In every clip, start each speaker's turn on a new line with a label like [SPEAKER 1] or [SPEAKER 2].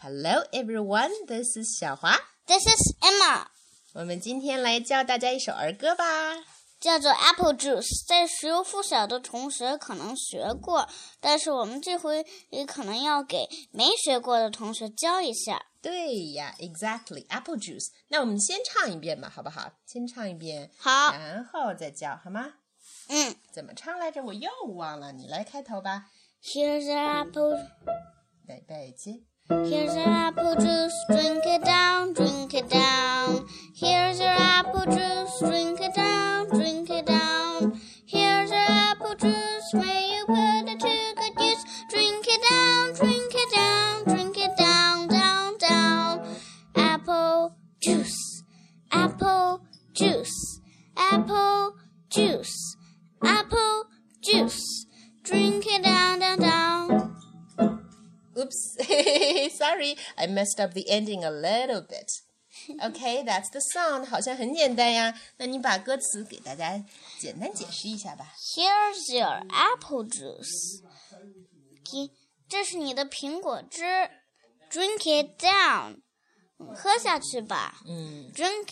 [SPEAKER 1] Hello everyone, this is 小华。
[SPEAKER 2] This is Emma，
[SPEAKER 1] 我们今天来教大家一首儿歌吧。
[SPEAKER 2] 叫做 Apple Juice，在食物附小的同学可能学过，但是我们这回也可能要给没学过的同学教一下。
[SPEAKER 1] 对呀，exactly apple juice。那我们先唱一遍吧，好不好？先唱一遍，
[SPEAKER 2] 好，
[SPEAKER 1] 然后再教，好吗？
[SPEAKER 2] 嗯
[SPEAKER 1] 怎么唱来着？我又忘了，你来开头吧。
[SPEAKER 2] ，Here's an apple,
[SPEAKER 1] 预备起，
[SPEAKER 2] here's an apple juice, drink it down, drink it down. Here's an apple juice, drink it down, drink it down. Here's an apple juice, may you put it to good use. Drink it down, drink it down, drink it down, down, down. Apple juice, apple juice, apple juice, apple juice. Drink it down, down, down.
[SPEAKER 1] Oops, sorry, I messed up the ending a little bit. Okay, that's the song，好像很简单呀。那你把歌词给大家简单解释一下吧。
[SPEAKER 2] Here's your apple juice. 给，这是你的苹果汁。Drink it down. 嗯喝下去吧。
[SPEAKER 1] 嗯
[SPEAKER 2] Drink,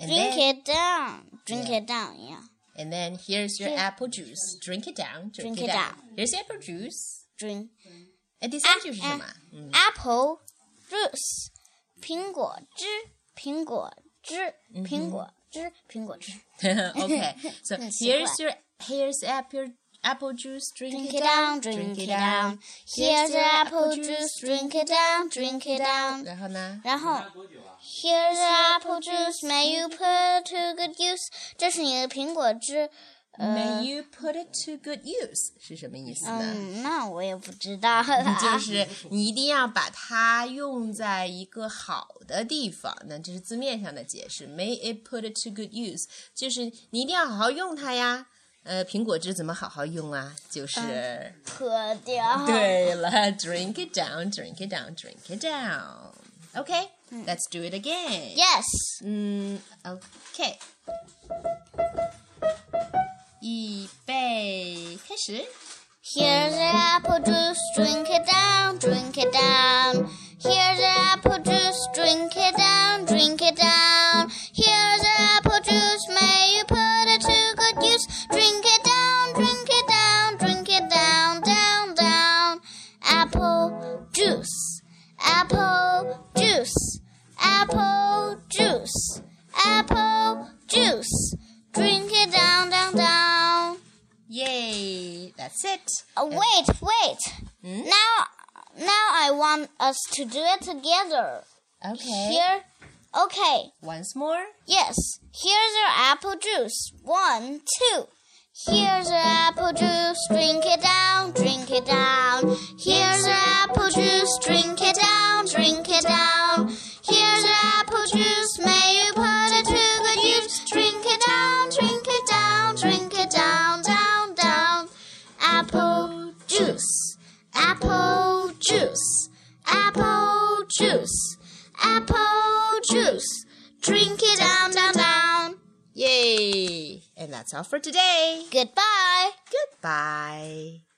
[SPEAKER 1] ，and
[SPEAKER 2] drink
[SPEAKER 1] then,
[SPEAKER 2] it down. Drink it down. Yeah.
[SPEAKER 1] and then here's your apple juice, drink it down, drink
[SPEAKER 2] Drink
[SPEAKER 1] it
[SPEAKER 2] it
[SPEAKER 1] down. Here's apple juice.
[SPEAKER 2] Drink
[SPEAKER 1] 哎，第三句是什么？嗯
[SPEAKER 2] apple juice. 苹果汁，苹果汁，苹果汁，苹果汁。
[SPEAKER 1] ，OK。So
[SPEAKER 2] 很奇怪
[SPEAKER 1] here's your here's apple apple juice, drink
[SPEAKER 2] Drink
[SPEAKER 1] it
[SPEAKER 2] it
[SPEAKER 1] down,
[SPEAKER 2] down, drink it down. Here's your apple juice. Drink it down, drink it down.
[SPEAKER 1] 然后呢？
[SPEAKER 2] 然后，Here's
[SPEAKER 1] 啊
[SPEAKER 2] apple juice, may you put to good use。这是你的苹果汁。
[SPEAKER 1] May you put it to good use 是什么意思呢？
[SPEAKER 2] 嗯，那我也不知道啦。
[SPEAKER 1] 就是你一定要把它用在一个好的地方，那这是字面上的解释。May it put it to good use，就是你一定要好好用它呀。呃，苹果汁怎么好好用啊？就是、
[SPEAKER 2] 喝掉。。
[SPEAKER 1] 对了，drink it down，drink it down，drink it down。OK，let's、do it again。Mm,
[SPEAKER 2] Yes。
[SPEAKER 1] 嗯，OK。预备，开始。
[SPEAKER 2] Here's apple juice, drink it down, drink it down. Here's apple juice, drink it down, drink it down. Here's apple juice, may you put it to good use. Drink it down, drink it down, drink it down, down, down. Apple juice, apple juice, apple juice, apple juice. Drink it down, down, down.
[SPEAKER 1] Yay! That's it.
[SPEAKER 2] Oh, wait, wait. Now, now I want us to do it together.
[SPEAKER 1] Okay.
[SPEAKER 2] Here, okay,
[SPEAKER 1] Once more.
[SPEAKER 2] yes. Here's your apple juice. One, two. Here's your apple juice. Drink it down, drink it down. Here's your apple juice. Drink it down, drink it down. Here's your apple juice. May you put it to good use. Drink it down, drink it down, drink it down, down, down. Apple juice. Apple juice. Apple juice. Apple juice. Drink it down, down, down.
[SPEAKER 1] Yay! And that's all for today.
[SPEAKER 2] Goodbye.
[SPEAKER 1] Goodbye.